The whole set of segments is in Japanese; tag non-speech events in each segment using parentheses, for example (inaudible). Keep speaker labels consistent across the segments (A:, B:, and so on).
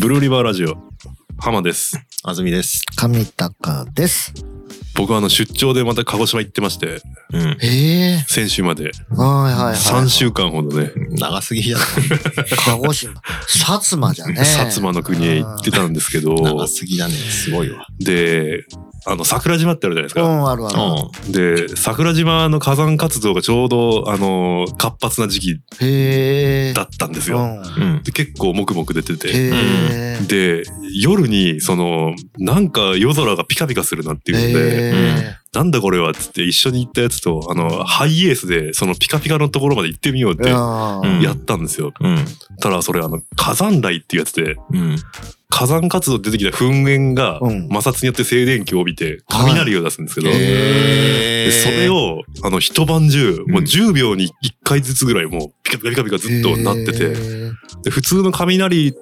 A: ブルーリバーラジオ浜です
B: あずみです。
C: 上高です。
A: 僕はあの出張でまた鹿児島行ってまして
B: うん。
C: ええ
A: 先週まで
C: はいはいはい。
A: 3週間ほどね
B: 長すぎじゃない
C: 鹿児島。薩摩じゃね。
A: 薩摩の国へ行ってたんですけど
B: 長すぎだね。すごいわ。
A: であの桜島ってあるじゃないです
C: う
A: か
C: ん、あるある。
A: で桜島の火山活動がちょうどあの活発な時期
C: へえ。
A: だったんです
C: う
A: よ
C: ん。
B: う
C: へ
B: ん。うん。
A: で結構もくもく出てて
C: え。
A: で夜にそのなんか夜空がピカピカするなっていうので、
C: へ
A: なんだこれはっつって一緒に行ったやつとあのハイエースでそのピカピカのところまで行ってみようっ
C: え。
A: て
C: あ
B: うん
A: やったんですよ、
B: うん。
A: ただそれあの火山雷っていうやつで
B: うん。
A: 火山活動で出てきた噴煙が
C: うん
A: 摩擦によって静電気を帯びて雷を出すんですけど、
B: え
A: でそれをあの一晩中もう10秒に1回ずつぐらいもうピカピカピカピカずっとなってて、で普通の雷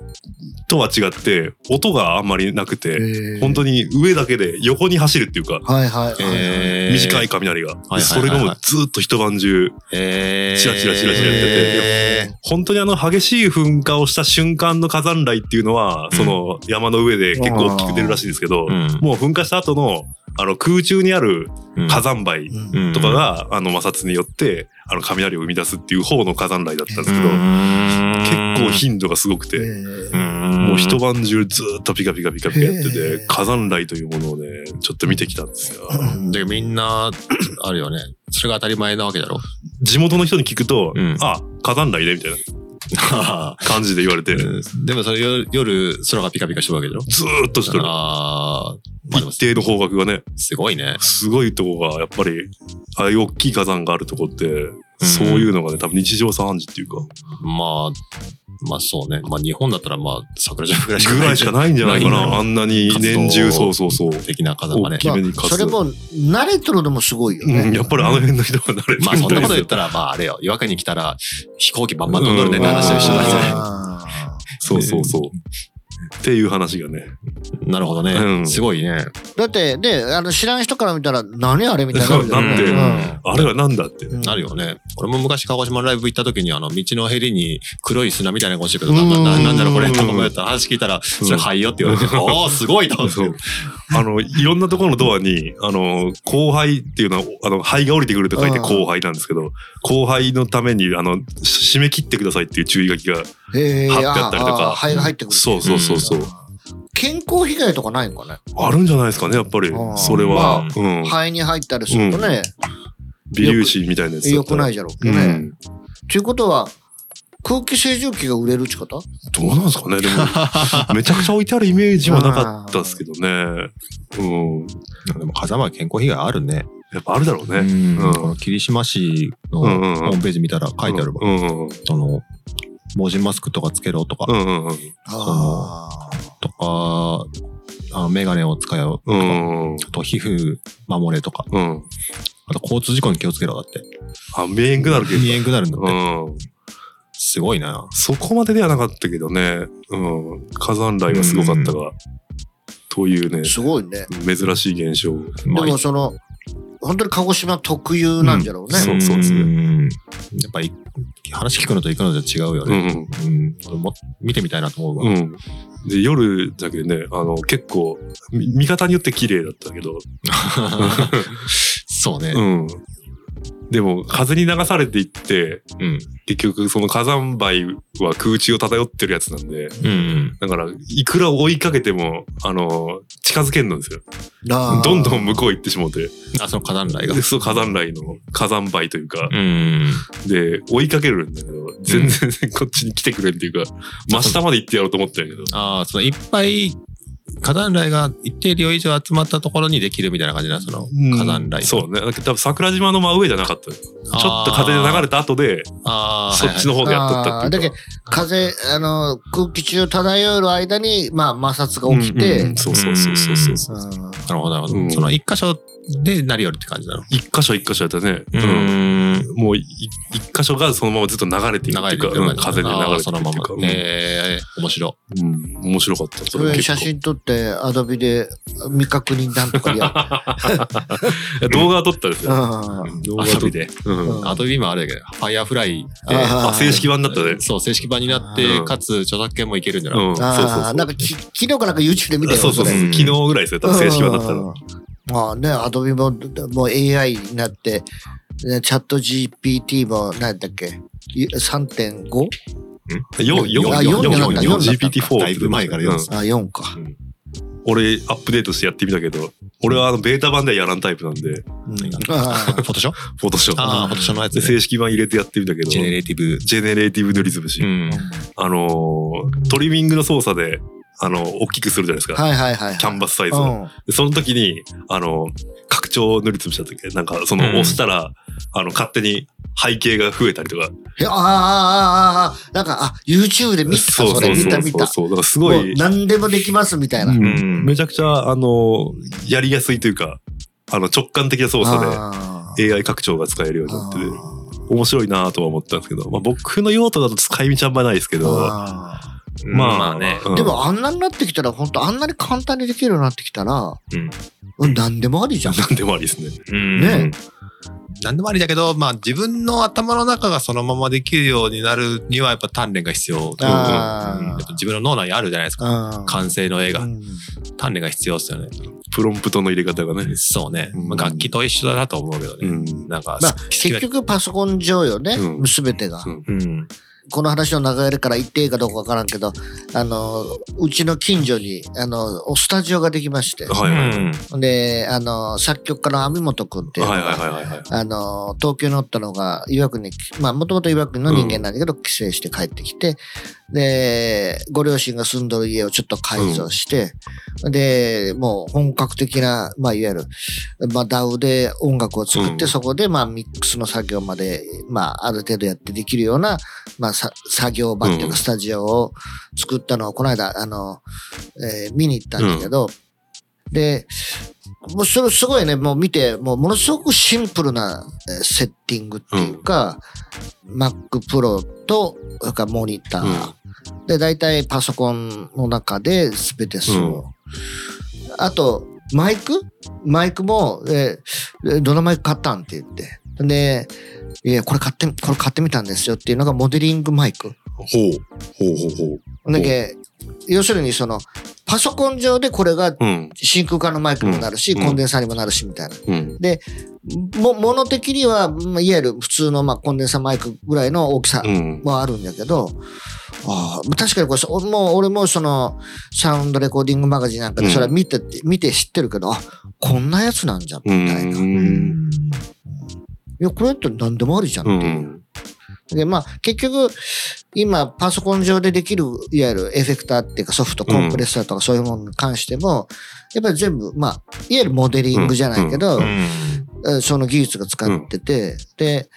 A: とは違って音があんまりなくて、本当
C: に。
A: に上だけで横に走るっていうか
C: はいはいはいはい。
B: えー、
A: 短い雷が、
B: はいはいはいはい
A: それがもうずっと一晩中
B: えー、
A: チラチラチラチラやってて
B: えー
A: 本当にあの激しい噴火をした瞬間の火山雷っていうのは、
B: うん
A: その山の上で結構大きく出るらしいんですけど、
B: うん
A: もう噴火した後のあの空中にある
B: うん
A: 火山灰
C: うん
A: とかが、あの摩擦によってあの雷を生み出すっていう方の火山雷だったんです
B: う
A: け
B: ん
A: ど、
B: うん
A: 結構頻度がすごくて、
C: へ
B: う
C: え
B: ん
A: もう一晩中ずーっとピカピカピカピカやって
C: へ
A: て
C: ー
A: 火山雷というものをねちょっと見てきたんですよ。
B: でみんなあるよねそれが当たり前なわけだろ
A: 地元の人に聞くと「
B: うん
A: あ火山雷ね」みたいな感じで言われて、
B: うんでもそれ夜夜空がピカピカしてるわけだろ
A: ずーっとしてる
B: あー、まあでも
A: 一定の方角がね
B: すごいね
A: すごいとこがやっぱりああいう大きい火山があるとこってそういうのがね多分日常茶飯事っていうか
B: まあまあそうねまあ日本だったらまあ桜島ぐらいしか
A: ぐらいしかないんじゃないか
B: ないんだ
A: なあんなに年中
B: 活
A: そう
B: 動
A: そうそう
B: 的な風がね
A: 大きい決めに勝つ
C: それも慣れてるのもすごいよ
A: うん
C: ね。
A: やっぱりあの辺の人が慣れてるみた
B: まあ
A: い
B: そんなこと言
A: で
B: っ
A: (laughs)
B: たら、まああれよ、違和感に来たら飛行機バンバン飛んどるねって話
A: と
B: を一緒だね。
C: あ
A: すそうそうそうっていう話がね
B: なるほどね、
A: うん
B: すごいね。
C: ーだって、ね、あの知らない人から見たら、何あれみたい
A: そ
C: な
A: う。なんで
C: う
A: あれはなんだって
C: うん
B: なるよね。俺も昔鹿児島ライブ行った時に、あの、道のへりに黒い砂みたいなのが落ちてくると
C: うん
B: なななんだろうこれ
A: うん
B: とか思ったら話聞いたら、それはいよって言われて、おおすごいと思って。
A: そうあのいろんなところのドアにあの後輩っていうのはあの灰が降りてくると書いて後輩なんですけど後輩のためにあのし締め切ってくださいっていう注意書きが
C: へえ
A: 貼ってあったりとか
C: ああ入入ってくる。
A: そうそうそうそう
C: 健康被害とかないのかね
A: あるんじゃないですかねやっぱり
C: ああ
A: それは、うん、
C: 肺に入ったりするとね、
A: 微粒子みたいなやつだ
C: 良
A: った
C: く
A: ら
C: ないじゃろうけどね。ということは、空気清浄機が売れるってこと
A: うん、どうなんですかねでもめちゃくちゃ置いてあるイメージはなかったですけどねうん
B: でも風間は健康被害あるね。
A: やっぱあるだろう
B: う
A: ね
B: ん
A: うん
B: この霧島市のホ
A: うんうんうん
B: ームページ見たら書いてあるわ。
A: うんうん
B: その、防塵マスクとかつけろとか、
A: うんうんうん
C: あ
B: とか、あの、メガネを使えよと
A: う
B: か、
A: んうん
B: あと皮膚守れとか、
A: うん
B: あと交通事故に気をつけろだって。
A: あ見えんくなるけど
B: 見えんくなるんだって。
A: うん
B: すごいな。
A: そこまでではなかったけどね、うん、火山雷はすごかったが、というね
C: あ、すごいね。
A: 珍しい現象
C: で
B: まあ
C: もその、本当に鹿児島特有なんじゃろうね。
A: そうそうですね
B: んやっぱり話聞くのと行くのじゃ違うよ
A: う
B: ね。
A: ん
B: うん。俺も見てみたいなと思う
A: う
B: わ。
A: んで夜だけどねあの結構み見方によって綺麗だったけど、
B: (laughs) そうね。
A: うん、でも風に流されていって
B: うん。
A: 結局その火山灰は空中を漂ってるやつなんで
B: うん。
A: だからいくら追いかけてもあの近づけんのですよ
C: あー
A: どんどん向こう行ってしもうて
B: あ、その火山雷が
A: で。そう火山雷の火山灰というか、
B: うん。
A: で追いかけるんだけど全然こっちに来てくれんっていうか真下まで行ってやろうと思ったんやけど
B: ああ、そのいっぱい火山雷が一定量以上集まったところにできるみたいな感じな、その火山雷。。
A: そううねだけど多分桜島の真上じゃなかったよちょっと風で流れた後で
B: あーあー、
A: そっちの方でやっとったっていうか
C: あーだけど風、あの、空気中漂う間に、まあ、摩擦が起き
A: うんうんう
C: て
A: ん、そうそうそうそうそうそう
C: うん
B: はいはいはいなるほど、なるほ
A: うん
B: ど。その一箇所でなるよりって感じなの。
A: 一箇所一箇所やったね、うん
B: ん。
A: もうい一箇所がそのままずっと流れていくっていうか、
B: く
A: うん風で流れていく
B: その
A: っ
B: ま
A: ていう
B: ま
A: か。う。ん
B: えー、面白
A: うん、面白かった。そ
C: それ
A: 結構
C: 写真撮って、アドビで未確認なんとかや
A: い
C: る。
A: や動画は撮った (laughs) んですよ。
C: あ
A: うん動画撮って。うん
B: い。アドビ今あるやけど、ファイアフライで、
C: あ
A: あ、正式版だったね。
B: そう、正式版になって
A: う、ん
B: かつ著作権もいけるんじゃない、
A: うん、そうそうそ
C: あ
A: う。
C: ー、なんかき昨日かなんか YouTube で見た
A: あ
C: よ。
A: そうそうそう、
C: れ
B: うん
A: 昨日ぐらいですね、多分正式版だったら。
C: うんまあね、アドビも、もう AI になって、ね、チャット GPT も、何やったっけゆ ?3.5?
A: よよ
C: あ
A: よ
C: 4
A: よ
C: になった
A: よ
C: 4になった
A: GPT4
B: だいぶ前から4
A: うん
C: あ、4か。
A: 俺、アップデートしてやってみたけど、俺はあのベータ版ではやらんタイプなんで、 (laughs)
C: うん
B: 何が
C: あ
B: フォトショー
A: フォトショー。
B: ああ、フォトショーのやつ、
A: で
B: ね。
A: 正式版入れてやってみたけど、
B: ジ
A: ジ
B: ェネ
A: ェ
B: レティブ。
A: ネレーティブ塗りつぶし。
B: うん。
A: あのートリミングの操作で、あの、大きくするじゃないです
C: ー
A: か。
C: はいはいはい。
A: キャンバスサイズ
C: う
A: を。
C: ん
A: でその時に、あの、拡張を塗りつぶした時、なんか、その、
B: うん
A: 押したら、あの、勝手に背景が増えたりとか。
C: えああ、ああ、ああ、なんか、あ、YouTube で見た、
A: そう
C: そ
A: そ
C: れ
A: う
C: 見
A: そ
C: た
A: う
C: 見
A: そう
C: た。
A: そう。だからす
C: も
A: ご
C: う
A: い、
C: 何でもできますみたいな。
A: う
B: うん
A: んめちゃくちゃ、あの、やりやすいというか、あの、直感的な操作で。
C: あー
A: AI 拡張が使えるようになってて
C: あ
A: 面白いなとは思ったんですけど、まあ、僕の用途だと使い道あんまないですけ
C: ー
A: ど、
C: あー
A: まあ、
B: まあね。
A: うん
C: でもあんなになってきたら、本当あんなに簡単にできるようになってきたら、
B: うん
C: うん、何でもありじゃん。
A: なんでもありですね。
B: うん
C: ね
B: 何でもありだけど、まあ自分の頭の中がそのままできるようになるにはやっぱ鍛錬が必要。
C: あー
B: うんやっぱ自分の脳内にあるじゃないですか。
C: うん
B: 完成の映
C: う
B: 画。
C: ん
B: 鍛錬が必要ですよね。
A: プロンプトの入れ方がね。
B: そうね。
A: うん
B: まあ楽器と一緒だと思うけど
A: う
B: ね。
A: ん。
B: なんか、
C: まあ、
B: 好きな
C: 結局パソコン上よね、
A: うん
C: すべてが。
B: うん。
C: この話の流れから言っていいかどうかわからんけど、あの、うちの近所に、あの、おスタジオができまして、
A: はいはい。
B: うん
C: で、あの、作曲家の網本くんっていうの
A: はい
C: が、
A: はいはいはいはい。
C: あの、東京におったのが、岩国に、まあ、もともと岩国の人間なんだけど、帰省して帰ってきて、で、ご両親が住んどる家をちょっと改造して、で、もう本格的な、まあ、いわゆる、まあ、DAW で音楽を作っ
A: う
C: て、
A: ん
C: そこで、まあ、ミックスの作業まで、まあ、ある程度やってできるような、まあ、さ作業場っていう
A: うん
C: か、スタジオを作ったのを、この間、あの、えー見に行ったんだけど、で、もうそれすごいね、もう見て、もうものすごくシンプルなえーセッティングっていうか、Mac Pro と、それからモニター。で、大体パソコンの中で全てそう。あと、マイクマイクも、えーえーどのマイク買ったんって言って。で、いや、これ買って、これ買ってみたんですよっていうのがモデリングマイク。
A: ほう。ほうほうほう。
C: だけ要するにその、パソコン上でこれが
A: うん。
C: 真空管のマイクにもなるし、
A: うん
C: コンデンサーにもなるしみたいな。
A: うん。
C: も、もの的には、まあいわゆる普通の、まあ、コンデンサーマイクぐらいの大きさ
A: うん。
C: もあるんだけど、ああ確かにこれそ、もう俺もその、サウンドレコーディングマガジンなんかで
A: うん
C: それは見てて、見て知ってるけど、あ、こんなやつなんじゃん、
A: う
C: みたいな。い
A: ん。
C: や、これって何でもありじゃんっていう。で、まあ、結局、今、パソコン上でできる、いわゆるエフェクターっていうかソフト、コンプレッサーとかそういうものに関しても、やっぱり全部、まあ、いわゆるモデリングじゃないけど、
B: うん
C: うんその技術が使ってて、で、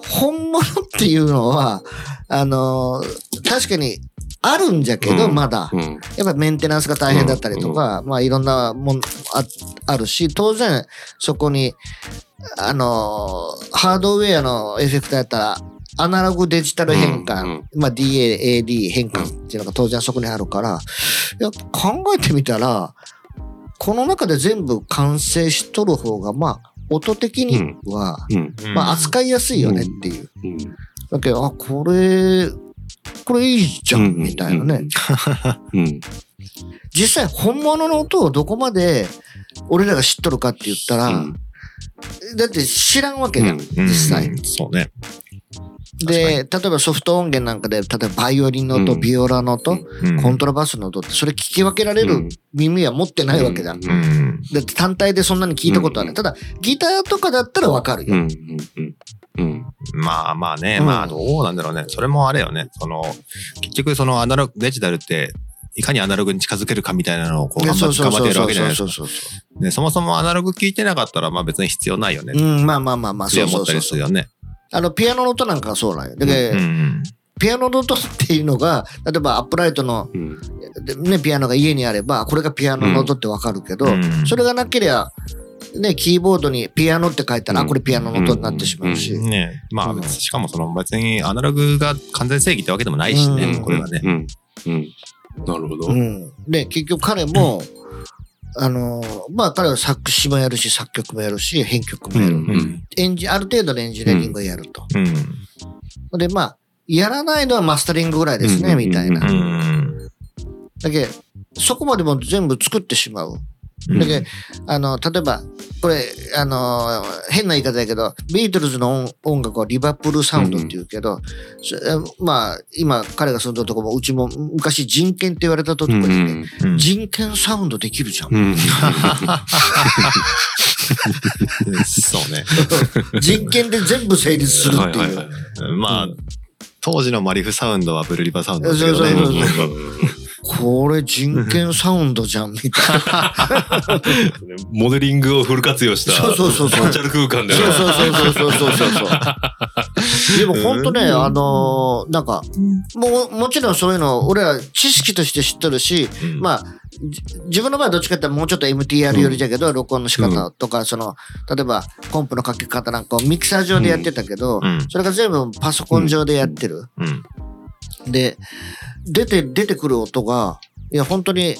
C: 本物っていうのは、あのー確かにあるんじゃけど、
A: うん
C: まだ。
A: うん。
C: やっぱメンテナンスが大変だったりとか、まあいろんなもんああるし、当然そこに、あのーハードウェアのエフェクターやったら、アナログデジタル変換、
A: うん
C: まあ DA、AD 変換っていうのが当然そこにあるから、やっぱ考えてみたら、この中で全部完成しとる方が、まあ音的には、
A: うん。
C: まあ扱いやすいよねっていう。
A: うん。
C: だけど、あ、これ、これいいじゃん、みたいなね。
A: うん。
C: 実際本物の音をどこまで俺らが知っとるかって言ったら、だって知らんわけじゃん。
B: うん
C: 実際
B: そうね。
C: で、例えばソフト音源なんかで、例えばバイオリンの音、
A: うん
C: ビオラの音、
B: うん
C: コントラバスの音って、それ聞き分けられる耳は持ってないわけだ。
B: うん
C: だって単体でそんなに聞いたことはない。
A: うん
C: ただ、ギターとかだったらわかる
A: う
C: よ。
A: ん。うん。うん。
B: まあまあね、
C: うん
B: まあどうなんだろうね。それもあれよね。その、結局そのアナログ、デジタルって、いかにアナログに近づけるかみたいなのをこう頑張って頑張ってやるわけじゃないです
C: そう
B: か。
C: そうそう
B: ね、そもそもアナログ聞いてなかったら、まあ別に必要ないよね。
C: そう。うん、まあまあまあまあ、
B: 必要
C: そう
B: 持
C: そ
B: った
C: うそ
B: り
C: う
B: するよね。
C: あの、ピアノの音なんかがそうなんよ。だけど、
B: うん
C: ピアノの音っていうのが、例えばアップライトの
A: うん。
C: でね、ピアノが家にあれば、これがピアノの音ってわかるけど、
B: うん
C: それがなけりゃ、ね、キーボードにピアノって書いたら、
A: うん
C: あこれピアノの音になってしまうし。
B: ねまあ、
C: うん
B: しかもその別にアナログが完全正義ってわけでもないしね、
C: うん
B: これはね。
A: うん。うん。なるほど。
C: うん、で結局彼も、あのーまあ彼は作詞もやるし作曲もやるし編曲もやる、
A: うん
B: うん。
C: エンジある程度のエンジニアリングをやると、
B: うん。
C: でまあやらないのはマスタリングぐらいですね、
A: うん
C: みたいな、
A: うん
B: う。
A: うん
C: だけどそこまでも全部作ってしまうだけどあの例えばこれあのー変な言い方だけどビートルズの音音楽はリバプールサウンドって言うけど、そえまあ今彼が住んでるとこもうちも昔人権って言われたとこ
A: う
C: に
A: ん。う
C: ね、
A: ん。
B: うん
C: 人権サウンドできるじゃん
A: うん。
B: そうね。
C: 人権で全部成立するって
A: はいいは
C: う
A: い。
B: まあ、当時のマリフサウンドはブルリバサウンドだけ
C: そ
B: ど
C: う
B: ね。
C: そう
A: うん
C: これ人権サウンドじゃんみたい
A: (laughs)
C: な。
A: モデリングをフル活用した
C: そうそうそうそう (laughs)
A: バーチャル空間で
C: そう
A: ね。
C: そうそうそうそう
B: (laughs)
C: そうそう。でも本当ね、
B: うん
C: あのーなんか、もう、もちろんそういうの、俺ら知識として知ってるし、
B: うん
C: まあ、じ自分の場合はどっちかっていうともうちょっと MTR 寄りだけど、録音の仕方とか、その、例えばコンプのかけ方なんかをミキサー上でやってたけど、
B: うん
C: それが全部パソコン上でやってる。
B: うん。
C: で、出て、出てくる音が、いや、本当に、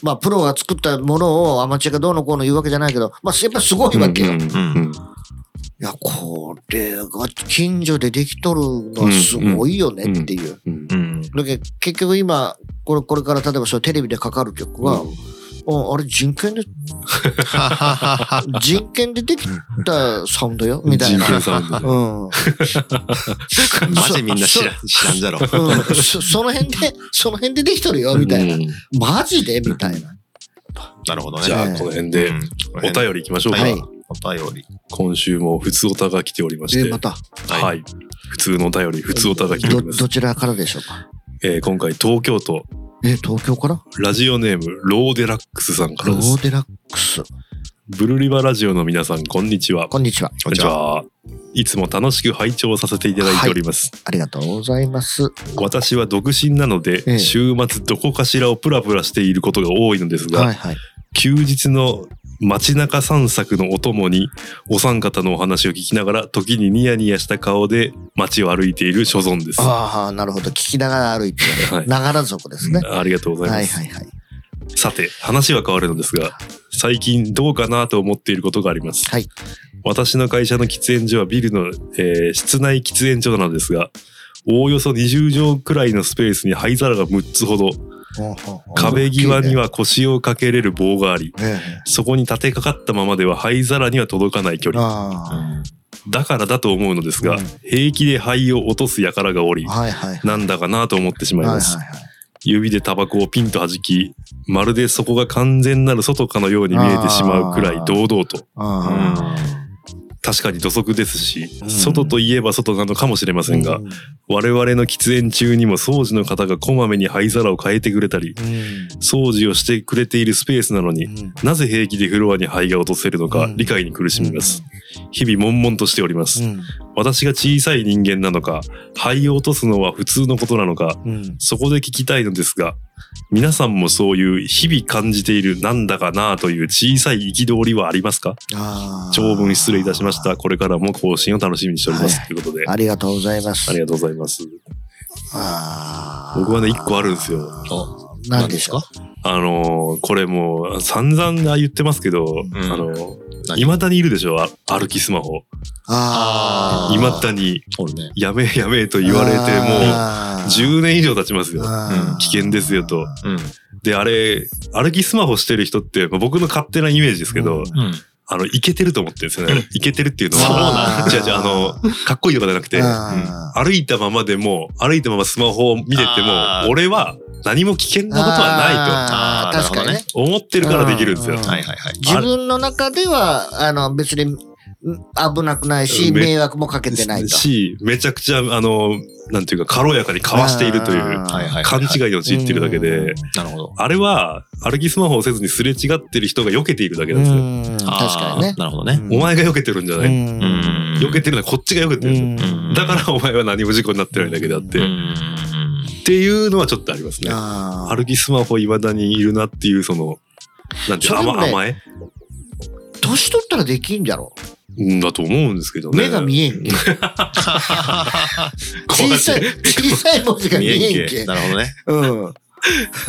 C: まあ、プロが作ったものをアマチュアがどうのこうの言うわけじゃないけど、まあ、やっぱりすごいわけよ。
A: うん
C: い
B: うん。
C: や、これが近所でできとるのはすごいよねっていう。
A: うん
B: うん。
C: だけど結局今、これ、これから例えばそうテレビでかかる曲は、ああれ人権で、人権ででき
A: (laughs)
C: たサウンドよ、みたいな。
A: 人権サウンド (laughs)
C: うん。
B: マジみんな知ら
C: (laughs)
B: ん、知らんじゃろ。
C: うん、そその辺で、その辺でできとるよ、みたいな。
A: うん
C: マジでみたいな。
B: なるほどね。
A: じゃあ、この辺で
B: うん、
A: お便り行きましょうか
B: は。
C: い
B: い。お便り。
A: 今週も普通おたが来ておりまし
C: で、
A: て
C: ま。た、
A: はい。普通のお便り、普通おたが来てお
C: ど、
A: ります
C: ど。ちらからでしょうか。
A: えー今回、東京都、
C: え、東京から
A: ラジオネーム、ローデラックスさんか
C: ロ
A: らです
C: ー。デラックス。
A: ブルリバラジオの皆さん、こんにちは。
C: こんにちは。
A: こんにちは。いつも楽しく拝聴させていただいております。
C: ありがとうございます。
A: 私は独身なので、
C: ええ
A: 週末どこかしらをプラプラしていることが多いのですが、
C: はいはい。
A: 休日の街中散策のお供にお三方のお話を聞きながら時にニヤニヤした顔で街を歩いている所存です。は
C: ああ、なるほど。聞きながら歩いてる。
A: い、
C: ながら族ですね。
A: ありがとうござい
C: は
A: ま
C: い
A: す。
C: はいはい。
A: さて話は変わるのですが最近どうかなと思っていることがあります、
C: はい
A: 私の会社の喫煙所はビルの、えー室内喫煙所なのですがおおよそ20畳くらいのスペースに灰皿が6つほど
C: ほうほうほう
A: 壁際に。は腰を掛けれる棒があり
C: え
A: そこに立てかかったままでは灰皿には届かない距
C: え
A: 離
C: あ
A: だからだと思うのですが、
C: うん
A: 平気で灰を落とす輩がおり
C: あ。はいはい。
A: なんだかなと思ってしまい
C: はいはい
A: ます、指でタバコをピンと弾きまるでそこが完全なる外かのように見えてしまうくらい堂々と
B: う
C: はい。
B: ん
A: 確かに土足ですし、
C: うん
A: 外といえば外なのかもしれませんが、
C: うん
A: 我々の喫煙中にも掃除の方がこまめに灰皿を変えてくれたり掃除をしてくれているスペースなのに、
C: うんうん
A: なぜ平気でフロアに灰が落とせるのか
C: うん
A: 理解に苦しみます、日々悶々としております、
C: うん
A: 私が小さい人間なのか灰を落とすのは普通のことなのか
C: うん
A: そこで聞きたいのですが、皆さんもそういう日々感じているなんだかなという小さい憤りはありますか
C: あー
A: 長文失礼いたしました。これからも更新を楽しみにしております。
C: はい
A: ということで、あ
C: ありがとうございます。
A: りがとうございます。
C: あー
A: 僕はね、一個あるんですよ。
C: 何でしょう
A: あのーこれもう散々言ってますけど、
C: うん
A: あのー、
B: 何
A: いまだにいるでしょあ歩きスマホ。
C: あー
A: いまだに、
B: おるね。
A: やめやめと言われて、も
C: あ
A: う
C: ー
A: 10年以上経ちますよ。
C: あー
A: 危険ですよと。
B: うん。
A: で、あれ、歩きスマホしてる人って、まあ僕の勝手なイメージですけど、
C: うん
B: うん。
A: あの、いけてると思ってるんですよね。いけてるっていうの
B: そう
A: は
C: な、ん
A: 違う違う、あの、かっこいいとかじゃなくて、
C: あー
A: 歩いたままでも、歩いたままスマホを見てて
B: あ
A: も
B: ー、
A: 俺は何も危険なことはない
C: あー
B: あー
C: 確かに
B: な
C: ね
B: る
A: と思ってるからできるんですよ
C: うん。
B: はいはいはい。
C: 自分の中ではあの別にん危なくないし
A: め
C: 迷惑もかけてないと。
A: し、めちゃくちゃ、あの、なんていうか、軽やかにかわしているという
C: あ、ー
B: はいはい。
A: 勘違いに陥ってるだけ
C: う
A: で
C: ん、
B: なるほど。
A: あれは、歩きスマホをせずにすれ違ってる人が避けているだけ
C: う
A: なんですよ。
C: ん確
B: あ
C: か
B: ー
C: にね。
B: なるほどね。
A: お前が避けてるんじゃない
B: うん
A: 避けてるのはこっちが避けてるんですよ。
B: うん
A: だからお前は何も事故になってないだけであって、
C: う
B: うん
A: っ
B: ん。
A: ていうのはちょっとありますね。
C: あー
A: 歩きスマホいまだにいるなっていうそのなんていうの
C: それもね
A: 甘甘え
C: 年取ったらできんじゃろ。
A: うんだと思うんですけどね。
C: 目が見えん
A: (laughs)
C: け。小さい、小さい文字が見えんけ。
B: なるほどね。
C: うん。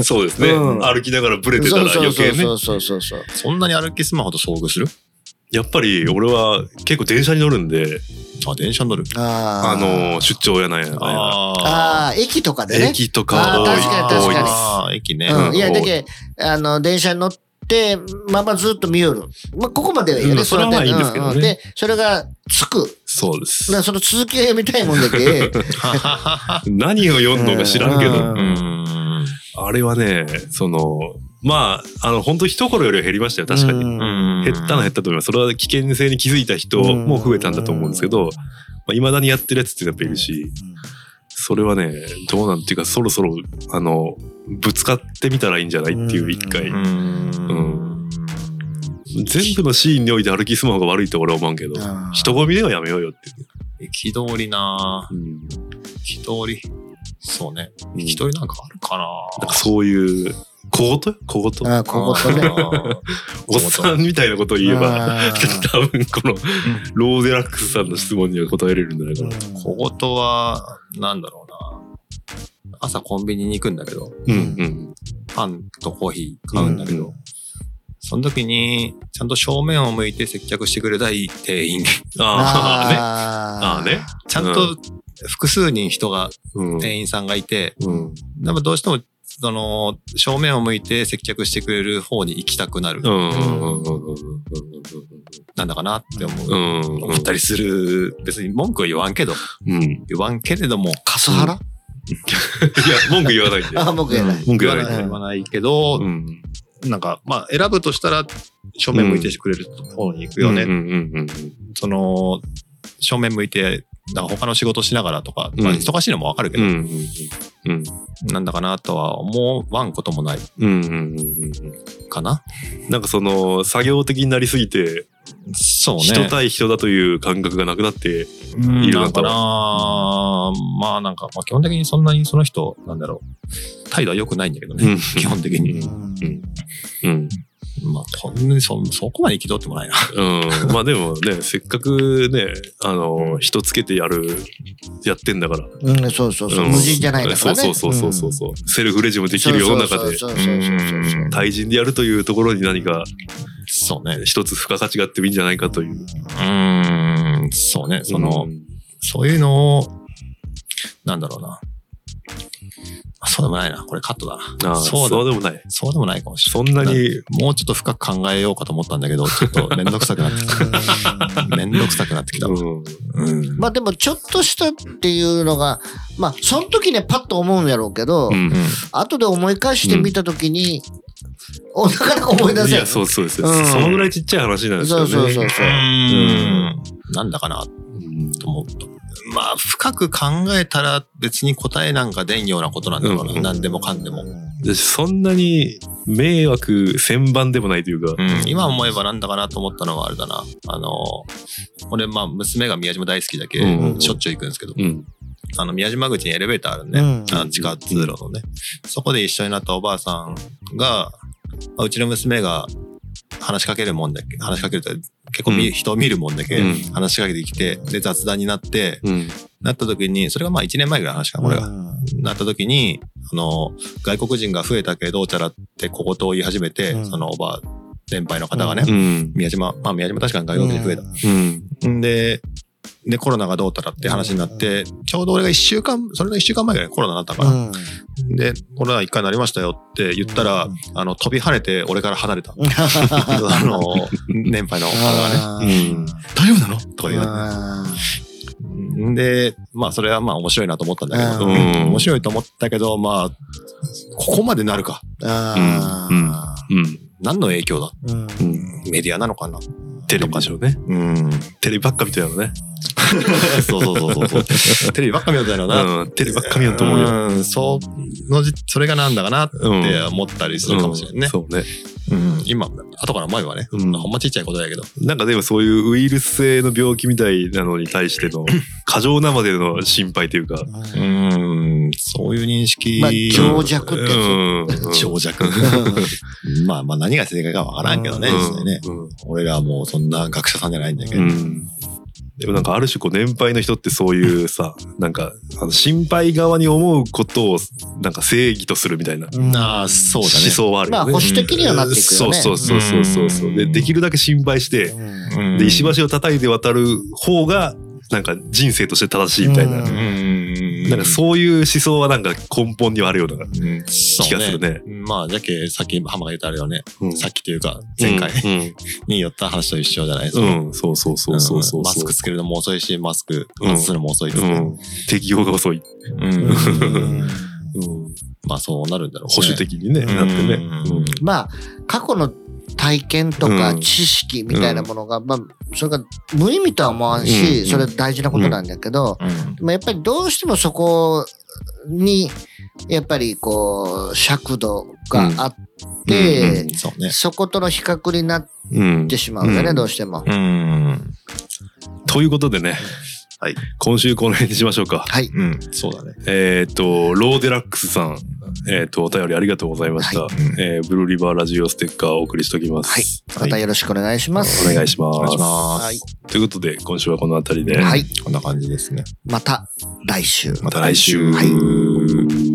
A: そうですね、
C: うん
A: 歩きながらブレてた
C: そ
A: ら
C: うそう
A: 余計ね
C: そうそうそうそう。
B: そんなに歩きスマホと遭遇する
A: やっぱり俺は結構電車に乗るんで
B: あ、電車に乗る。
A: あ
C: あ
A: の出張やなんやなん
C: ああ、駅とかで
A: や
C: ね。
A: 駅とか
C: あー
A: 多い
C: 確かに確かに
A: 多いです
B: あー駅ね。
A: うん
C: うん、いや、だけあの、電車に乗って、まあまあずっと見よる。まあ、ここまではいいよ
A: う
C: ね。
A: んそれはまあいいんですけどね
C: ううで、それがつく。
A: そうで
C: だから
A: す
C: その続きが読みたいもん
A: (laughs)
C: だけ。
A: 何を読んのか知らんけ
C: うん
A: ど
B: うーん。
A: あれはねそのまああの本当一頃よりは減りましたよ確かに
C: うん
A: 減ったのは減ったと思いますそれは危険性に気づいた人も増えたんだと思うんですけどいまあ、未だにやってるやつってやっぱいるしそれはねどうなんていうかそろそろあのぶつかってみたらいいんじゃないっていう一回
C: う
B: うーん。
A: 全部のシーンにおいて歩きスマホが悪いと俺は思うけど
C: あー
A: 人混みではやめようよっていう
B: 駅通りな
A: うん
B: 駅通り。そうね。
A: うん
B: 駅通りなんかあるかな
A: なんかそういう小言小言
C: ああ、こことね。
B: あー
A: おっさんみたいなことを言えば
C: あー
A: (laughs) 多分このローデラックスさんの質問には答えれるんじゃないかな。
B: 小言は、なんだろうな。朝コンビニに行くんだけど、
A: うんうん
B: パンとコーヒー買うんだけ
A: う
B: ど、その時に、ちゃんと正面を向いて接客してくれたい店員。
A: ああねああね。
B: ちゃんと複数人人が、
A: うん
B: 店員さんがいて、
A: うん
B: でもどうしても、その、正面を向いて接客してくれる方に行きたくなる
A: う。んうん
B: なんだかなって思う。
A: うんうん
B: 思ったりする。別に文句は言わんけど、
A: うんいや
B: 言わんけれども。
C: カスハラ
A: 文句言わないんで
C: ああ、僕やない。
A: 文句言わ
B: 言
A: ないで
B: わない言わないけど、
A: うん
B: なんか、まあ、選ぶとしたら、正面向いてしてくれる方に行くよね。
A: うんうんうん
B: その、正面向いて、なんか他の仕事しながらとか、まあ、
A: うん
B: 忙しいのもわかるけ
A: う
B: ど、
A: んうん
B: なんだかなとは思わんこともない
A: うんうんうん
B: かな。
A: なんかその作業的になりすぎて
B: そうね。
A: 人対人だという感覚がなくなって
B: い
A: い
B: る
A: る
B: の
A: の
B: か
A: か
B: な
A: な
B: まあなんか、まあ、基本的にそんなにその人、なんだろう、態度は良くないんだけどね、
A: うん
B: 基本的に。
A: うんうん
B: まあ、そんなにそそこまで憤ってもない (laughs) な。
A: うん、まあでもね、せっかくね、あの、人つけてやる、やってんだから。
C: うん、そうそうそう。
A: うん
C: 無人じゃないんだからね。
A: そうそうそうそうそう。うセルフレジもで
C: で
A: きる世の中で、
C: そうそうそうそうそうそう。
A: 対人でやるというところに何か
B: そうね。
A: 一つ付加価値があってもいいんじゃないかという。
B: うーん、そうね。その、
A: うん
B: そういうのを、なんだろうな。あそうでもないな。これカットだな。
A: ああ
B: そうだ
A: そうでもない。
B: そうでもないかもしれ
A: そ
B: ない。
A: んなに、
B: もうちょっと深く考えようかと思ったんだけど、ちょっとめんどくさくなってき
A: (laughs)
B: た。めんどくさくなってきた。
A: うん
B: うん。
C: まあでもちょっとしたっていうのが、まあその時ねパッと思うんやろうけど、
A: うん
C: 後で思い返してみた時に、おなかなか思い出
A: い
C: せ
A: や、
C: ん。
A: そうそうそう。
C: うん
A: そのぐらいちっちゃい話なんです
C: そ
A: よ
C: う
A: ね。
C: そうそうそう。
B: うんなんだかな
A: うん
B: と思うと。まあ、深く考えたら別に答えなんか出んようなことなんだろうな。
A: うん
B: 何でもかんでも。
A: でそんなに迷惑千番でもないというか。
B: 今思えばなんだかなと思ったのはあれだな。あの、俺、まあ、娘が宮島大好きだけ、
A: うん
B: しょっちゅう行くんですけど、
A: うん。
B: あの、宮島口にエレベーターあるん
C: う
B: で、
C: ん。
B: あの地下通路のね。そこで一緒になったおばあさんが、まあうちの娘が話しかけるもんだけ、話しかけるというか結構見、
A: うん
B: 人を見るもんだけ、
A: うん
B: 話しかけてきて、で、雑談になって、
A: うん。
B: なった時に、それがまあ1年前ぐらいの話かな、これが。なった時に、あの、外国人が増えたけど、どうちゃらって小言を言い始めて、
C: うん
B: そのおばあ、先輩の方がね、
A: うん。
B: 宮島、まあ宮島確かに外国人増えた。
A: うん。
B: ん、で、で、コロナがどうたらって話になって、ちょうど俺が一週間、それの一週間前ぐらいにコロナになったから、
C: うん。
B: で、コロナ一回なりましたよって言っ
A: (laughs)
B: たら、
C: うん
B: あの、飛び跳ねて俺から離れた。
C: う
B: (laughs)
C: ん
B: あの、年配の方がね、
C: あ
A: うん
B: 大丈夫なのとか言われて。
C: ー
B: で、まあ、それはまあ面白いなと思ったんだけど、
C: うん
B: 面白いと思ったけど、まあ、ここまでなるか。
C: あー
A: うん。
B: 何の影響だ
C: うん
A: うん。
B: メディアなのかな (laughs)
A: テレビでしょうね。
B: うん。
A: テレビばっか見てたのね。
B: そうそうそうそうそう。テレビばっか見ようだよな。
A: うん。テレビばっか見ようと思うよ。
B: うん、そのじ、それがなんだかなって
A: うん。
B: 思ったりするかもしれんね。
A: そうね。
B: うん、今、後から前はね、
A: うん
B: ほんまちっちゃいことだけど。
A: なんかでもそういうウイルス性の
B: (laughs)
A: 病気みたいなのに対しての過剰なまでの心配というか、
B: うん、そういう認識。
C: まあ情弱ってやつ
A: うんうん
B: 情弱。 (laughs) まあまあ何が正解かわからんけどね、
A: うん
B: 実際ね。
A: うん
B: 俺らはもうそんな学者さんじゃないんだけど。
A: うんでもなんかある種こう年配の人ってそういうさなんかあの心配側に思うことをなんか正義とするみた (laughs) いな
C: うん
B: ああ、そう
A: 思
B: だね。
A: 想はある
C: まあ
A: よね。
C: 保守的にはなっていくよね。
A: そうそうそうそうそうそうでできるだけ心配して
C: うん
B: うん
A: で石橋を叩いて渡る方がなんか人生として正しいみたいな、
C: う
B: うん。
A: なんかそういう思想はなんか根本にはあるような
B: うん。気
A: 気がするね。
B: まあ、じゃけ、さっき浜が言ったあれよね。
A: うん
B: さっきというか、前回
A: うん
B: に寄った話と一緒じゃないです
A: う
B: か。
A: ん、うんそうそうそうそうそうそう、
B: んマスクつけるのも遅いし、マスク外すのも遅いです
A: う
B: ね。
A: ん、適用が遅い、
B: うん
C: うん
A: うん、
B: まあ、そうなるんだろうね。
A: 保守的にねなってね、
B: うん
A: うん
C: まあ過去の体験とか
A: うん
C: 知識みたいなものが、まあそれが無意味とは思わんし、
A: うん
C: それ大事なことなんだけど、
B: うん。
C: まあやっぱりどうしてもそこにやっぱりこう尺度があって、
A: うんうん
B: うんそうね。
C: そことの比較になっ
A: うん
C: てしまうんだね、
A: うん
C: どうしても。
B: うん。
A: ということでね、
B: はい、
A: 今週この辺にしましょうか。
C: はい。
B: うん。そうだね。
A: えっ、と、ローデラックスさん、えっ、と、お便りありがとうございました。
C: は
B: うん
A: えーブルーリバーラジオステッカーをお送りしておきます。
C: またよろしくお願いします。
A: お願いしま
B: お願いし
A: す。
B: ま
C: はい
B: す。
A: ということで、今週はこの辺りで、
C: はい。
B: こんな感じですね。
C: また来週。
A: また来週。
C: はい